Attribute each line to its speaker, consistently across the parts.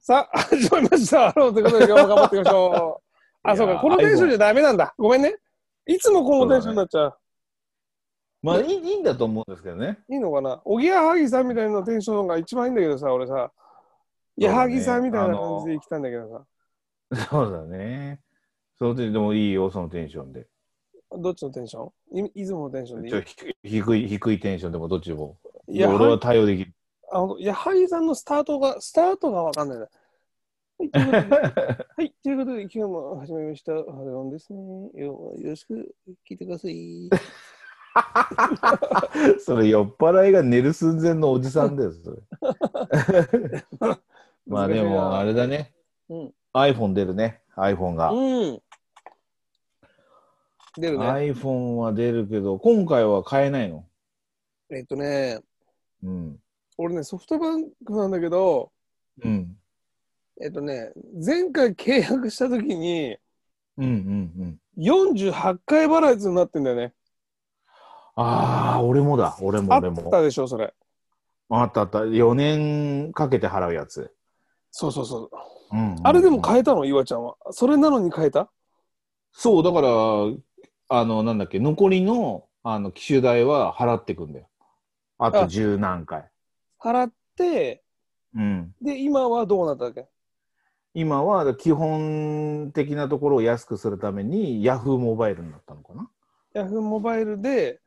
Speaker 1: さあ、 始まりました。ローということで、今日も頑張っていきましょう。 あ、そう
Speaker 2: いや
Speaker 1: か、
Speaker 2: ー
Speaker 1: このテンションじゃダメなんだ。ごめんね。いつもこのテンションになっちゃう。
Speaker 2: まあいいいいんだと思うんですけどね。
Speaker 1: いいのかな。おぎやはぎさんみたいなテンションが一番いいんだけどさ、俺さ、矢作さんみたいな感じで来たんだけどさ、
Speaker 2: そうだね。そうででもいいよ、そのテンションで。
Speaker 1: どっちのテンションいいつものテンションでい
Speaker 2: ちょ
Speaker 1: い
Speaker 2: 低い低い低いテンションでもどっちでも。
Speaker 1: 矢
Speaker 2: 俺は
Speaker 1: 作
Speaker 2: 対応できる。
Speaker 1: あほんと矢作さんのスタートが、スタートがわかんないな。はいということで、はい、ということで、今日も始まりました。ハレオンですね。よよろしく聞いてください。
Speaker 2: それ酔っ払いが寝る寸前のおじさんです。 それ まあでもあれだね。
Speaker 1: うん
Speaker 2: iPhone 出るね。iPhone が。
Speaker 1: うん。出るね。
Speaker 2: iPhone は出るけど、今回は買えないの。
Speaker 1: えっとね、
Speaker 2: うん。
Speaker 1: 俺ね、ソフトバンクなんだけど、
Speaker 2: うん。
Speaker 1: えっとね、前回契約したときに、
Speaker 2: うんうんうん。
Speaker 1: 48回払いになってんだよね。
Speaker 2: ああ、俺もだ。俺も
Speaker 1: あっ
Speaker 2: 俺も。
Speaker 1: たでしょ、それ。
Speaker 2: あったあった。4年かけて払うやつ。
Speaker 1: そうそうそう。
Speaker 2: うんうん
Speaker 1: あれでも
Speaker 2: うん
Speaker 1: 変えたの、岩ちゃんは。それなのに変えた
Speaker 2: そう、だから、あの、なんだっけ、残りの、あの、機種代は払っていくんだよ。あ
Speaker 1: あ
Speaker 2: と十何回。
Speaker 1: 払って、
Speaker 2: うん。
Speaker 1: で、今はどうなったわけ
Speaker 2: 今は、基本的なところを安くするために、ヤフーモバイルになったのかな。
Speaker 1: ヤフーモバイルで、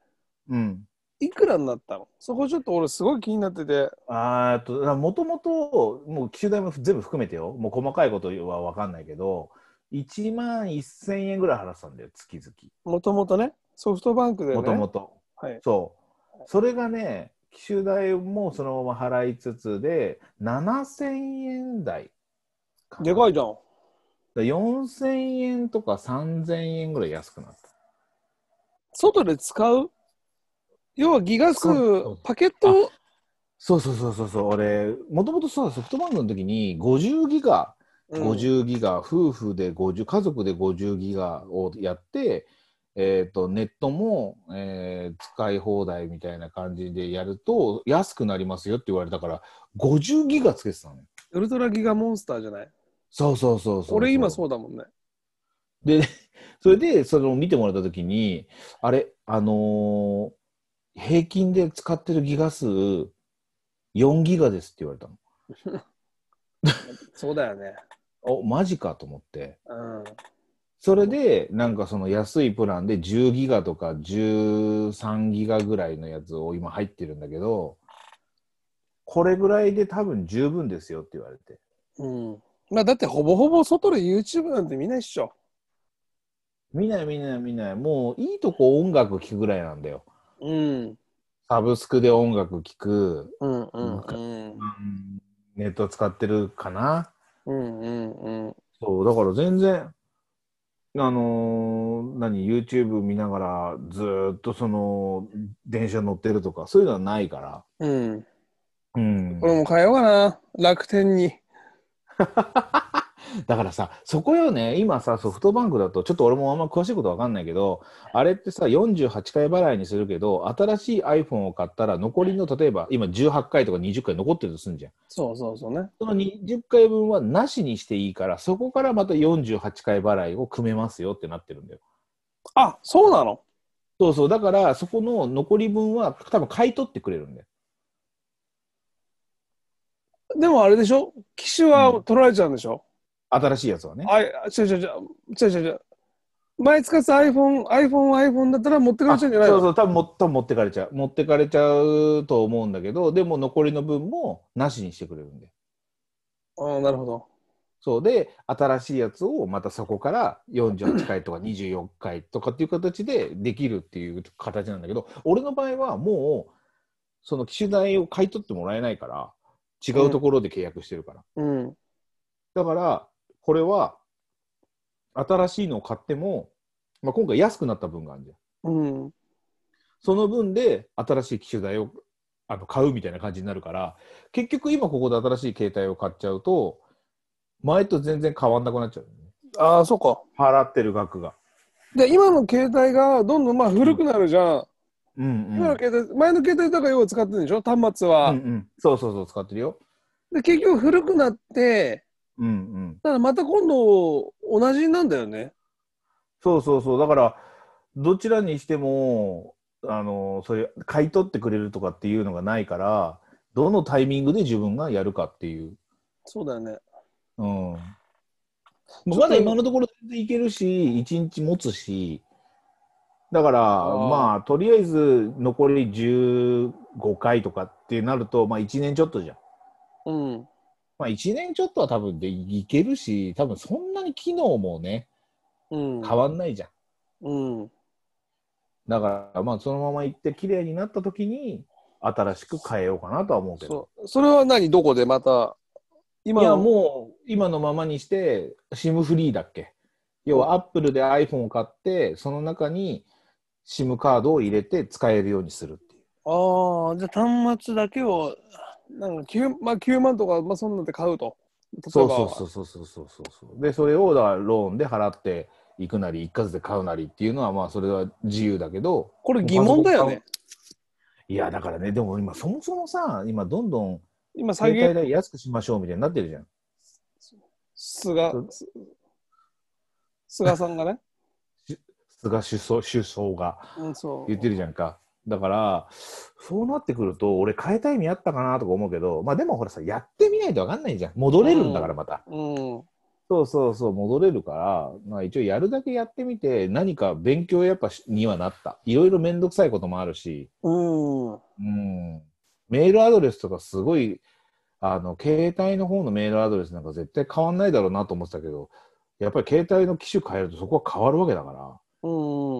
Speaker 2: うん。
Speaker 1: いくらになったのそこちょっと俺すごい気になってて。
Speaker 2: あーっと、もともと、もう機種代も全部含めてよ。もう細かいことは分かんないけど、1万1000円ぐらい払ってたんだよ、月々。
Speaker 1: もともとね、ソフトバンクでね。
Speaker 2: もともと。
Speaker 1: はい
Speaker 2: そう。それがね、機種代もそのまま払いつつで、7000円台かな。
Speaker 1: でかいじゃん。
Speaker 2: だから4000円とか3000円ぐらい安くなった。
Speaker 1: 外で使う要はギガ数
Speaker 2: そう
Speaker 1: パケット
Speaker 2: そうそうそうそうそう、俺、もともとさ、ソフトバンクの時に50ギガ、50ギガ、夫婦で50、家族で50ギガをやって、えー、とネットも、えー使い放題みたいな感じでやると安くなりますよって言われたから50ギガつけてたのよ。
Speaker 1: ウルトラギガモンスターじゃない
Speaker 2: そうそうそうそう。
Speaker 1: 俺今
Speaker 2: う。
Speaker 1: そうだもんね
Speaker 2: で、 それで、それを見てもらったときに、あれ、あのー平均で使ってるギガ数、4ギガですって言われたの。
Speaker 1: そうだよね
Speaker 2: お、マジかと思って。
Speaker 1: うん
Speaker 2: それで、なんかその安いプランで10ギガとか13ギガぐらいのやつを今入ってるんだけど、これぐらいで多分十分ですよって言われて。
Speaker 1: うんまあだってほぼほぼ外で YouTube なんて見ないっしょ
Speaker 2: 見ない見ない見ない。もういいとこ音楽聴くぐらいなんだよ。
Speaker 1: うん
Speaker 2: サブスクで音楽聴く、
Speaker 1: うんうん
Speaker 2: なんか
Speaker 1: うん
Speaker 2: うんネット使ってるかな。
Speaker 1: うんうんうん
Speaker 2: そう、だから全然、あのー何、YouTube 見ながらずーっとその、電車乗ってるとか、そういうのはないから。
Speaker 1: うん
Speaker 2: うん。
Speaker 1: 俺も変えようかな楽天に
Speaker 2: だからさ、そこよね、今さ、ソフトバンクだと、ちょっと俺もあんま詳しいことわかんないけど、あれってさ、48回払いにするけど、新しい iPhone を買ったら、残りの、例えば、今18回とか20回残ってるとすんじゃん。
Speaker 1: そうそうそうね
Speaker 2: その20回分はなしにしていいから、そこからまた48回払いを組めますよってなってるんだよ。
Speaker 1: あそうなの
Speaker 2: そうそう、だからそこの残り分は多分買い取ってくれるんだよ。
Speaker 1: でもあれでしょ機種は取られちゃうんでしょ、
Speaker 2: 新しいやつはね。
Speaker 1: あ、違う違う違う違う違う違う。前使ってた iPhone、iPhone、iPhone だったら持ってかれちゃうんじゃない
Speaker 2: そう
Speaker 1: の
Speaker 2: そう、多分も多分持ってかれちゃう。持ってかれちゃうと思うんだけど、でも残りの分もなしにしてくれるんだよ。
Speaker 1: ああ、なるほど。
Speaker 2: そうで、新しいやつをまたそこから48回とか24回とかっていう形でできるっていう形なんだけど、俺の場合はもう、その機種代を買い取ってもらえないから、違うところで契約してるから。
Speaker 1: うん。
Speaker 2: だから、これは、新しいのを買っても、まあ、今回安くなった分があるじゃん。
Speaker 1: うん。
Speaker 2: その分で新しい機種代をあの買うみたいな感じになるから、結局今ここで新しい携帯を買っちゃうと、前と全然変わんなくなっちゃうよね、
Speaker 1: ああ、そうか。
Speaker 2: 払ってる額が。
Speaker 1: で、今の携帯がどんどんまあ古くなるじゃん。
Speaker 2: うんうん。
Speaker 1: 今の携帯、前の携帯とかよう使ってるんでしょ端末は。
Speaker 2: うんうんそうそうそう、使ってるよ。
Speaker 1: で、結局古くなって、
Speaker 2: うんうん。
Speaker 1: だからまた今度同じなんだよね。
Speaker 2: そうそうそう。だから、どちらにしても、あの、それ、買い取ってくれるとかっていうのがないから、どのタイミングで自分がやるかっていう。
Speaker 1: そうだよね。
Speaker 2: うん。まだ今のところ全然いけるし、一日持つし、だから、
Speaker 1: あー
Speaker 2: まあ、とりあえず残り15回とかってなると、まあ、1年ちょっとじゃん。
Speaker 1: うん。
Speaker 2: まあ、1年ちょっとは多分でいけるし、多分そんなに機能もね、
Speaker 1: うん。
Speaker 2: 変わんないじゃん。
Speaker 1: うん。
Speaker 2: だから、まあ、そのまま行って、綺麗になった時に、新しく変えようかなとは思うけど。
Speaker 1: そう。それは何どこでまた今
Speaker 2: いや、もう、今のままにして、SIM フリーだっけ要は、アップルで iPhone を買って、その中に SIM カードを入れて使えるようにするっていう。
Speaker 1: ああ、じゃあ端末だけを、なんか 9,、まあ、9万とか、まあ、そんなんで買うと。。
Speaker 2: そうそうそううそうそうそうそう。で、それを、だから、ローンで払っていくなり、一括で買うなりっていうのは、まあ、それは自由だけど、
Speaker 1: これ疑問だよね。
Speaker 2: いや、だからね、でも今、そもそもさ、今、どんどん
Speaker 1: 今、下
Speaker 2: 携
Speaker 1: げ、
Speaker 2: 帯代安くしましょうみたいになってるじゃん。
Speaker 1: 菅
Speaker 2: そう、
Speaker 1: す菅さんがね。
Speaker 2: 菅首相首相が
Speaker 1: うん、そう。
Speaker 2: 言ってるじゃんか。だから、そうなってくると、俺、変えた意味あったかなとか思うけど、まあ、でもほらさ、やってみないと分かんないじゃん。戻れるんだから、また。
Speaker 1: うん。
Speaker 2: そうそうそう、戻れるから、まあ、一応、やるだけやってみて、何か勉強やっぱしにはなった。いろいろ面倒くさいこともあるし。
Speaker 1: うん。
Speaker 2: うんメールアドレスとかすごい、あの、携帯の方のメールアドレスなんか絶対変わんないだろうなと思ってたけど、やっぱり携帯の機種変えるとそこは変わるわけだか
Speaker 1: う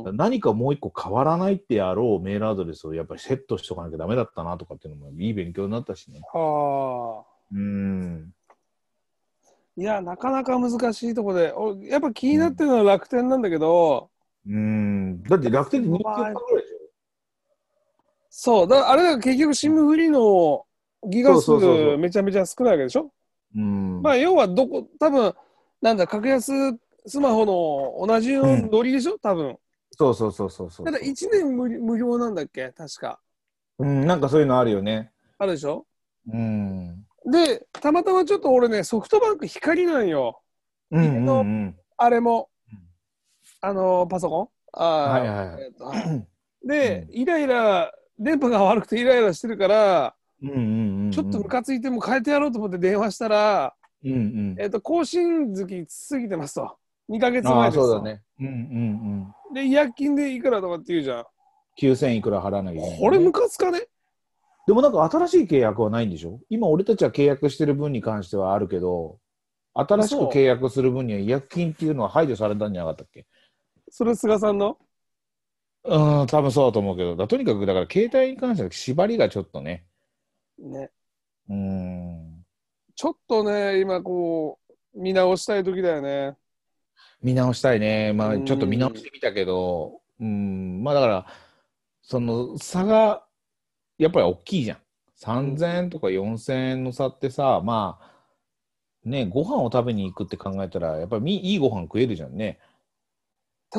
Speaker 1: ん
Speaker 2: ら、。何かもう一個変わらないってやろうメールアドレスをやっぱりセットしとかなきゃダメだったなとかっていうのもいい勉強になったしね。
Speaker 1: はあ。
Speaker 2: うん。
Speaker 1: いや、なかなか難しいとこで、俺やっぱ気になってるのは楽天なんだけど、
Speaker 2: うん。だって楽天で2級ぐらいでし
Speaker 1: そう、だあれが結局、シムフリーのギガ数
Speaker 2: そうそうそうそう
Speaker 1: めちゃめちゃ少ないわけでしょ
Speaker 2: ょうん。
Speaker 1: まあ、要はどこ、多分なんだ、格安スマホの同じのノリでしょ、多分
Speaker 2: そうそうそうそうそう。
Speaker 1: ただ1年無無料なんだっけ、確か。
Speaker 2: うん、なんかそういうのあるよね。
Speaker 1: あるでしょ
Speaker 2: うん。
Speaker 1: で、たまたまちょっと俺ね、ソフトバンク光なんよ。
Speaker 2: うんうんうん。
Speaker 1: あれも
Speaker 2: うん、
Speaker 1: あの、パソコン。あ
Speaker 2: はい
Speaker 1: ー
Speaker 2: はいはい。
Speaker 1: えっと はいで、
Speaker 2: う
Speaker 1: イライラ、電波が悪くてイライラしてるから、
Speaker 2: うんうんうんうん。
Speaker 1: ちょっとムカついても変えてやろうと思って電話したら、
Speaker 2: うんうん。
Speaker 1: えっと、更新月過ぎてますと。2ヶ月
Speaker 2: あ
Speaker 1: 前で
Speaker 2: あ、
Speaker 1: すと
Speaker 2: そうだね。うんうんうん。
Speaker 1: で、違約金でいくらとかって言うじゃん。
Speaker 2: 9000いくら払わなきゃいけない、
Speaker 1: これムカつかね
Speaker 2: でもなんか新しい契約はないんでしょ今俺たちは契約してる分に関してはあるけど、新しく契約する分には違約金っていうのは排除されたんじゃなかったっけ
Speaker 1: それ菅さんの
Speaker 2: うーん、多分そうだと思うけど、だからとにかくだから携帯に関しては縛りがちょっとね。
Speaker 1: ね。
Speaker 2: うーん。
Speaker 1: ちょっとね、今こう、見直したい時だよね。
Speaker 2: 見直したいね。ま
Speaker 1: う
Speaker 2: あ
Speaker 1: ん
Speaker 2: ちょっと見直してみたけど、うーん、まあだから、その差がやっぱり大きいじゃん。3000円とか4000円の差ってさ、まあ、ね、ご飯を食べに行くって考えたら、やっぱりみいいご飯食えるじゃんね。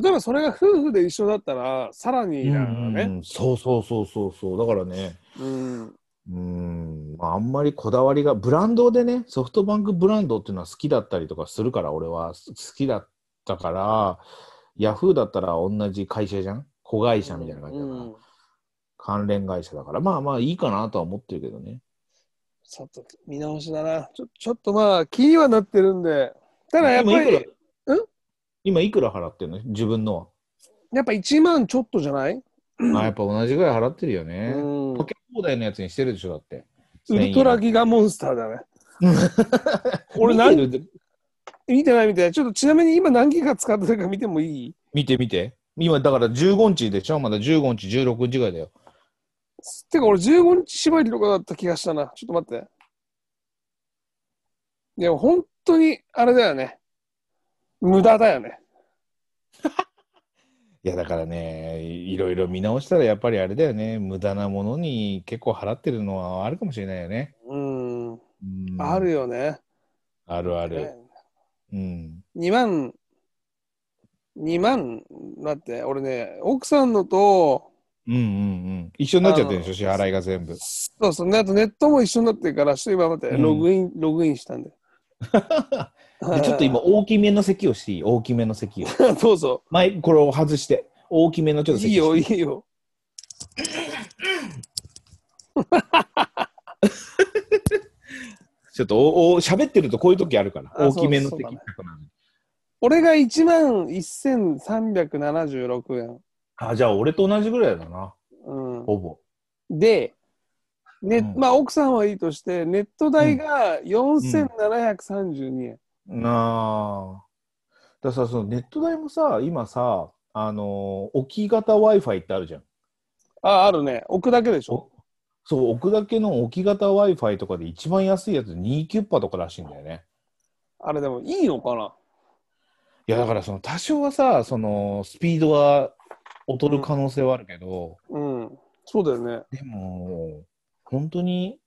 Speaker 1: 例えばそれが夫婦で一緒だったら、さらにだから
Speaker 2: うん
Speaker 1: ね。
Speaker 2: うんうんそうそうそうそうそう。だからね、
Speaker 1: うん。
Speaker 2: うん、まああんまりこだわりが、ブランドでね、ソフトバンクブランドっていうのは好きだったりとかするから、俺はす好きだったから、ヤフーだったら同じ会社じゃん子会社みたいな感じだから、
Speaker 1: うん
Speaker 2: 関連会社だから、まあまあいいかなとは思ってるけどね。
Speaker 1: ちょっと見直しだな。ちょちょっとまあ、気にはなってるんで。ただやっぱ
Speaker 2: 今い
Speaker 1: り
Speaker 2: く、ら今いくら払ってるの自分のは。
Speaker 1: やっぱ1万ちょっとじゃない、
Speaker 2: あやっぱ同じぐらい払ってるよね。
Speaker 1: うん
Speaker 2: かけ放題のやつにしてるでしょ、だって。
Speaker 1: ウルトラギガモンスター だね。俺
Speaker 2: 俺
Speaker 1: 何
Speaker 2: 何見てる
Speaker 1: 見てないみたい。ちょっとちなみに今何ギガ使ってるか見てもいい
Speaker 2: 見て見て。今だから15日でしょまだ15日、16日ぐらいだよ。
Speaker 1: てか俺15日縛りとかだった気がしたな。ちょっと待って。でも本当にあれだよね。無駄だよね。
Speaker 2: いやだからねい、いろいろ見直したらやっぱりあれだよね。無駄なものに結構払ってるのはあるかもしれないよね。
Speaker 1: うん。
Speaker 2: うん
Speaker 1: あるよね。
Speaker 2: あるあ
Speaker 1: ね
Speaker 2: る。うん。
Speaker 1: 2万、2万、待って、俺ね、奥さんのと、
Speaker 2: うんうんうん。一緒になっちゃってるでしょ、支払いが全部。
Speaker 1: そうそう、ね、あとネットも一緒になってるから、ちょっと今待って、
Speaker 2: うん
Speaker 1: ログイン、ログインしたんで。
Speaker 2: でちょ っと今、大きめの席をしていい大きめの席を。
Speaker 1: 今。どうぞ。
Speaker 2: 前、これを外して、大きめのちょっと
Speaker 1: い
Speaker 2: 席
Speaker 1: いよ、いいよ。
Speaker 2: ちょっとおお喋ってるとこういう時あるから、
Speaker 1: あ
Speaker 2: 大きめの
Speaker 1: そう
Speaker 2: 席
Speaker 1: そうだね
Speaker 2: 高なのに
Speaker 1: 俺が1万1376円。
Speaker 2: あ、じゃあ俺と同じぐらいだな、
Speaker 1: うん
Speaker 2: ほぼ。
Speaker 1: で、ね
Speaker 2: うん
Speaker 1: まあ、奥さんはいいとして、ネット代が4732円。
Speaker 2: なあ。だからさ、そのネット代もさ、今さ、あのー置き型 Wi-Fi ってあるじゃん。
Speaker 1: あ、あるね。置くだけでしょ。
Speaker 2: おそう、置くだけの置き型 Wi-Fi とかで一番安いやつ2キュッパとからしいんだよね。
Speaker 1: あれでもいいのかない
Speaker 2: や、だからその多少はさ、そのスピードは劣る可能性はあるけど、
Speaker 1: うん。そうだよね。
Speaker 2: でも、本当に、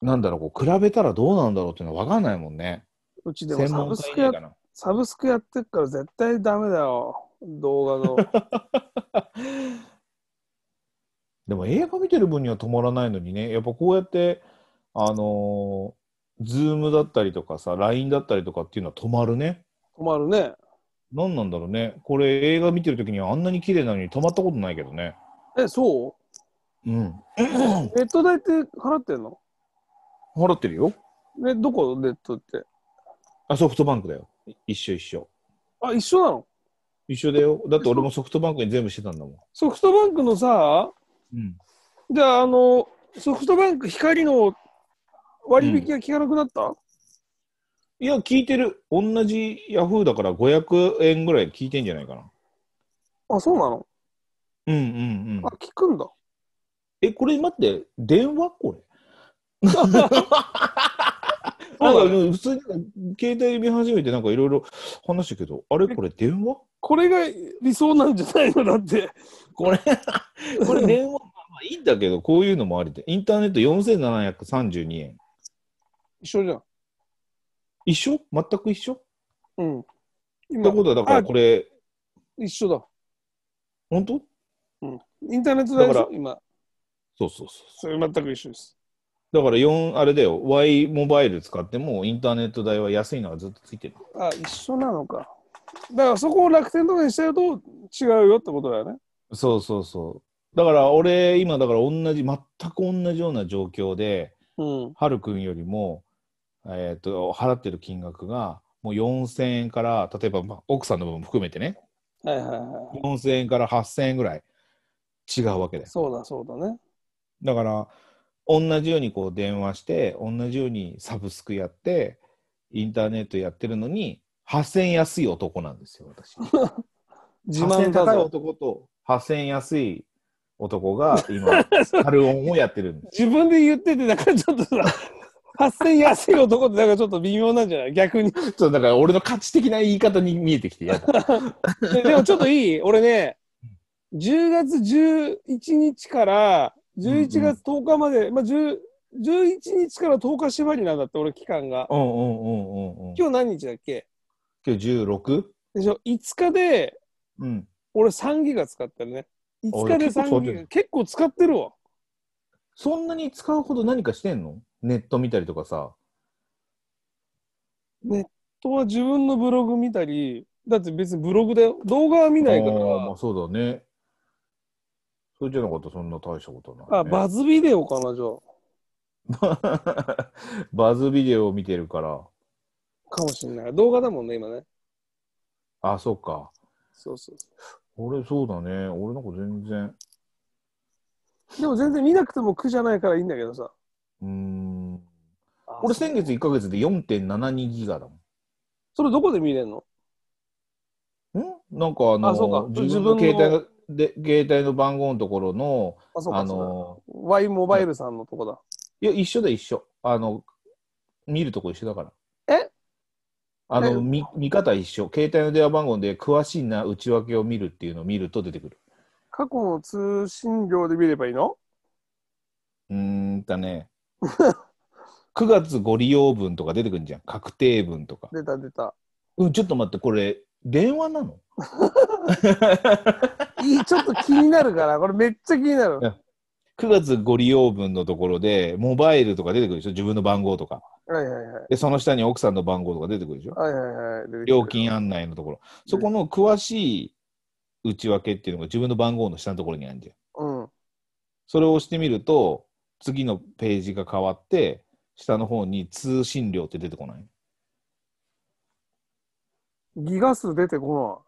Speaker 2: なんだろう、こう比べたらどうなんだろうっていうのは分かんないもんね。
Speaker 1: うちでも
Speaker 2: 専
Speaker 1: サ
Speaker 2: 門
Speaker 1: ブ
Speaker 2: 家
Speaker 1: ス
Speaker 2: い
Speaker 1: ク
Speaker 2: な
Speaker 1: や
Speaker 2: いかな。
Speaker 1: サブスクやってっから絶対ダメだよ。動 画の。
Speaker 2: でも映画見てる分には止まらないのにね、やっぱこうやって、あのー、ズームだったりとかさ、LINE だったりとかっていうのは止まるね。
Speaker 1: 止まるね。
Speaker 2: 何なんだろうね。これ映画見てる時にはあんなに綺麗なのに止まったことないけどね。
Speaker 1: え、そ
Speaker 2: うん。
Speaker 1: うネット代って払ってんの
Speaker 2: 払ってるよ。
Speaker 1: ね、どこネットって。
Speaker 2: あ、ソフトバンクだよ。い一緒一緒。
Speaker 1: あ、一緒なの
Speaker 2: 一緒だよ。だって俺もソフトバンクに全部してたんだもん。
Speaker 1: ソフトバンクのさ、
Speaker 2: うん。
Speaker 1: じゃあ、あの、ソフトバンク光の割引が効かなくなった、
Speaker 2: いや、聞いてる。同じヤフーだから500円ぐらい聞いてんじゃないかな。
Speaker 1: あ、そうなの
Speaker 2: うんうんうん
Speaker 1: あ、。聞くんだ。
Speaker 2: え、これ待って、電話これ。
Speaker 1: そ
Speaker 2: な
Speaker 1: うんだ
Speaker 2: か
Speaker 1: ね
Speaker 2: うん普通に携帯見始めてなんかいろいろ話したけど、あ れこれ電話
Speaker 1: これが理想なんじゃないのだって。
Speaker 2: これ、これ電話、まあいいんだけど、こういうのもありで。インターネット4732円。
Speaker 1: 一緒じゃん。
Speaker 2: 一緒全く一緒っ
Speaker 1: うん。
Speaker 2: て
Speaker 1: 今、
Speaker 2: ことは、だから
Speaker 1: あ
Speaker 2: これ、
Speaker 1: 一緒だ。
Speaker 2: 本当
Speaker 1: インターネット代でし
Speaker 2: だ
Speaker 1: ょ
Speaker 2: か
Speaker 1: 今。
Speaker 2: そうそう
Speaker 1: そ
Speaker 2: そう。
Speaker 1: れ全く一緒です。
Speaker 2: だから4、あれだよ、Y モバイル使っても、インターネット代は安いのはずっとついてる。
Speaker 1: あ、一緒なのか。だからそこを楽天とかにしちゃうと違うよってことだよね。
Speaker 2: そうそうそう。だから俺、今、だから同じ、全く同じような状況で、
Speaker 1: うん。
Speaker 2: はるくんよりも、えっ、と、払ってる金額が、もう4000円から、例えば、まあ、奥さんの分も含めてね、
Speaker 1: はいはいはい。
Speaker 2: 4000円から8000円ぐらい違うわけだよ。
Speaker 1: そうだそうだね。
Speaker 2: だから、同じようにこう電話して、同じようにサブスクやって、インターネットやってるのに、8000円安い男なんですよ、私。
Speaker 1: 自
Speaker 2: 8000
Speaker 1: 慢
Speaker 2: 円
Speaker 1: だ
Speaker 2: 高い
Speaker 1: ぞ。
Speaker 2: 男と、8000円安い男が今、カルオンをやってるんです。
Speaker 1: 自分で言ってて、なんかちょっと さ、8000安い男ってなんかちょっと微妙なんじゃない逆に。
Speaker 2: ちょっとだから俺の価値的な言い方に見えてきて嫌だ。
Speaker 1: ででもちょっといい俺ね、10月11日から11月10日まで、まあ、10 11日から10日縛りなんだって、俺期間が。
Speaker 2: うんうんうんうんうん。今
Speaker 1: 今日何日だっけ
Speaker 2: 日 16?
Speaker 1: でしょ ?5 日で
Speaker 2: うん。
Speaker 1: 俺3ギガ使ってるね。5日で
Speaker 2: あ結構使っ
Speaker 1: 3
Speaker 2: て
Speaker 1: ギ
Speaker 2: る
Speaker 1: ガ。結構使ってるわ。
Speaker 2: そんなに使うほど何かしてんのネット見たりとかさ。
Speaker 1: ネットは自分のブログ見たり、だって別にブログだよ。動画は見ないか
Speaker 2: あーま
Speaker 1: ら
Speaker 2: あ、そうだね。それじゃなかったらそんな大したことない、
Speaker 1: あ、バズビデオかな、じゃあ。
Speaker 2: ババズビデオを見てるから。
Speaker 1: かもしれない。動画だもんね、今ね。
Speaker 2: あ、そっか。
Speaker 1: そうそうそ
Speaker 2: 俺、そうだね。俺なんか全然。
Speaker 1: う。でも全然見なくても苦じゃないからいいんだけどさ。
Speaker 2: うーん。俺、先月1ヶ月で4.72ギガだもん。
Speaker 1: それどこで見れんの
Speaker 2: んなんかあの
Speaker 1: あそうか
Speaker 2: 自分の
Speaker 1: 自分の
Speaker 2: 携帯がで携帯の番号のところの、
Speaker 1: あ、そうか。
Speaker 2: あ
Speaker 1: の
Speaker 2: の、
Speaker 1: Y モバイルさんのとこだ。
Speaker 2: いや、一緒だ、一緒。あの、見るとこ一緒だから。
Speaker 1: え
Speaker 2: あ
Speaker 1: え
Speaker 2: の、見見方一緒。携帯の電話番号で詳しいな内訳を見るっていうのを見ると出てくる。
Speaker 1: 過去の通信料で見ればいいの
Speaker 2: うーんだね。9月ご利用分とか出てくるじゃん。確定分とか。
Speaker 1: 出た出た。
Speaker 2: うん、ちょっと待って、これ、電話なの
Speaker 1: いいちょっと気になるから、これめっちゃ気になる。
Speaker 2: や ?9 月ご利用分のところで、モバイルとか出てくるでしょ自分の番号とか。
Speaker 1: はいはいはい。
Speaker 2: で、その下に奥さんの番号とか出てくるでしょ
Speaker 1: はいはいはい。出てきてる
Speaker 2: 料金案内のところ。そこの詳しい内訳っていうのが自分の番号の下のところにあるんだよ。
Speaker 1: うん。は
Speaker 2: それを押してみると、次のページが変わって、下の方に通信料って出てこない。
Speaker 1: いギガ数出てこ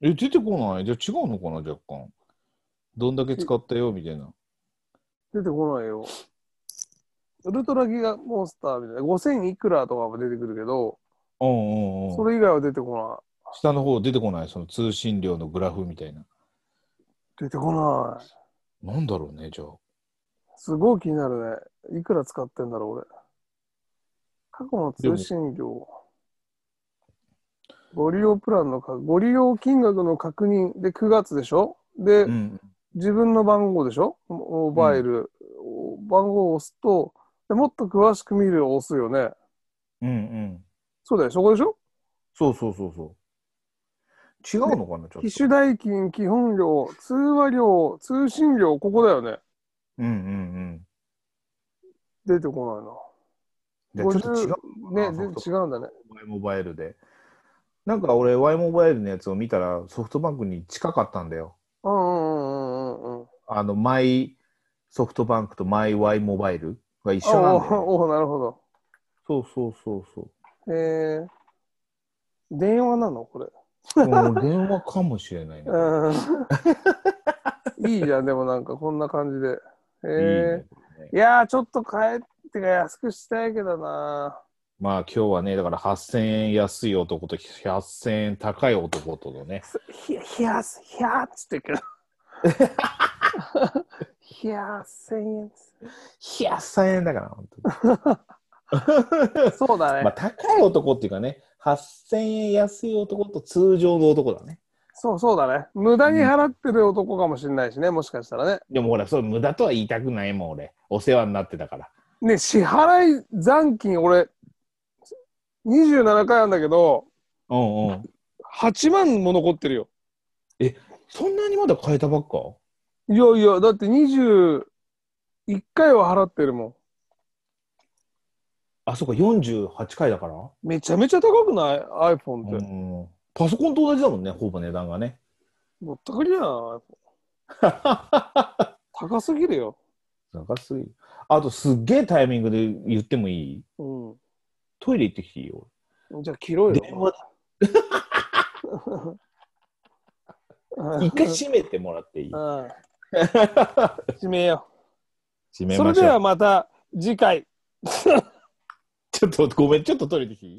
Speaker 2: え、出てこないじゃあ違うのかな、若干。どんだけ使ったよ、みたいな。
Speaker 1: ない。出てこないよ。ウルトラギガモンスターみたいな。5000いくらとかは出てくるけど、
Speaker 2: うんうんうん。
Speaker 1: それ以外は出てこ
Speaker 2: 下の方出てこない、その通信料のグラフみたいな。
Speaker 1: ない。出てこない。
Speaker 2: なんだろうね、じゃあ。
Speaker 1: すごい気になるね。いくら使ってんだろう、俺。過去の通信料。ご利用プランのか、ご利用金額の確認で9月でしょで、
Speaker 2: うん。
Speaker 1: 自分の番号でしょモモバイル、お番号を押すとで、もっと詳しく見るを押すよね。
Speaker 2: うんうん。
Speaker 1: そうだよ、そこでしょ
Speaker 2: そうそうそうそう。違うのかな、ちょっ
Speaker 1: 機
Speaker 2: と。
Speaker 1: 種代金、基本料、通話料、通信料、ここだよね。
Speaker 2: うんうん
Speaker 1: 出てこ
Speaker 2: うん。じゃあちょっと違う
Speaker 1: ないな。
Speaker 2: あ
Speaker 1: ね、
Speaker 2: そ
Speaker 1: で
Speaker 2: うか
Speaker 1: 違うんだね。
Speaker 2: Y モバイルで。なんか俺、Y モバイルのやつを見たら、ソフトバンクに近かったんだよ。
Speaker 1: うんうんうんうんうん。
Speaker 2: あの、マイソフトバンクとマイ Y モバイルが一緒
Speaker 1: あ
Speaker 2: なん
Speaker 1: お
Speaker 2: だよ、ね。
Speaker 1: おおなるほど。
Speaker 2: そうそうそう そう。
Speaker 1: えー、電話なのこれ。
Speaker 2: もう電話かもしれないね。
Speaker 1: うん。いいじゃん、でもなんかこんな感じで。え
Speaker 2: いい
Speaker 1: ー
Speaker 2: ね
Speaker 1: いやー、ちょっと変えてか安くしたいけどな
Speaker 2: まあ今日はね、だから8000円安い男と8000円高い男とのね。
Speaker 1: ひや、ひや、ひやっつって言う けど。ひや、千円です。
Speaker 2: 100円だから、本当に
Speaker 1: そうだね。
Speaker 2: まあ高い男っていうかね、8000円安い男と通常の男だね。
Speaker 1: そうそうだね。無駄に払ってる男かもしれないしね、もしかしたらね。
Speaker 2: でもほら、そう無駄とは言いたくないもん、俺。お世話になってたから。
Speaker 1: ね、支払い残金、俺、27回なんだけど、
Speaker 2: うんうん。
Speaker 1: 8万も残ってるよ。
Speaker 2: そんなにまだ変えたばっか
Speaker 1: いやいや、だって21回は払ってるも
Speaker 2: あ、そうか、48回だから。
Speaker 1: ん。めちゃめちゃ高くない ?iPhone って。
Speaker 2: うん。パソコンと同じだもんね、ほぼ値段がね。
Speaker 1: ぼったくりだな。 高すぎるよ。
Speaker 2: 長すぎる。あと、すっげえタイミングで言ってもいい
Speaker 1: うん。
Speaker 2: トイレ行ってきていいよ。
Speaker 1: じゃあ、切ろうよ。
Speaker 2: 電話
Speaker 1: うん
Speaker 2: 一回閉めてもらっていい
Speaker 1: うん締めよ
Speaker 2: 閉
Speaker 1: う。
Speaker 2: め
Speaker 1: それ
Speaker 2: まし
Speaker 1: で
Speaker 2: ょ
Speaker 1: は
Speaker 2: う。
Speaker 1: また次回。
Speaker 2: ちょっとごめん、ちょっとトイレ行ってきていい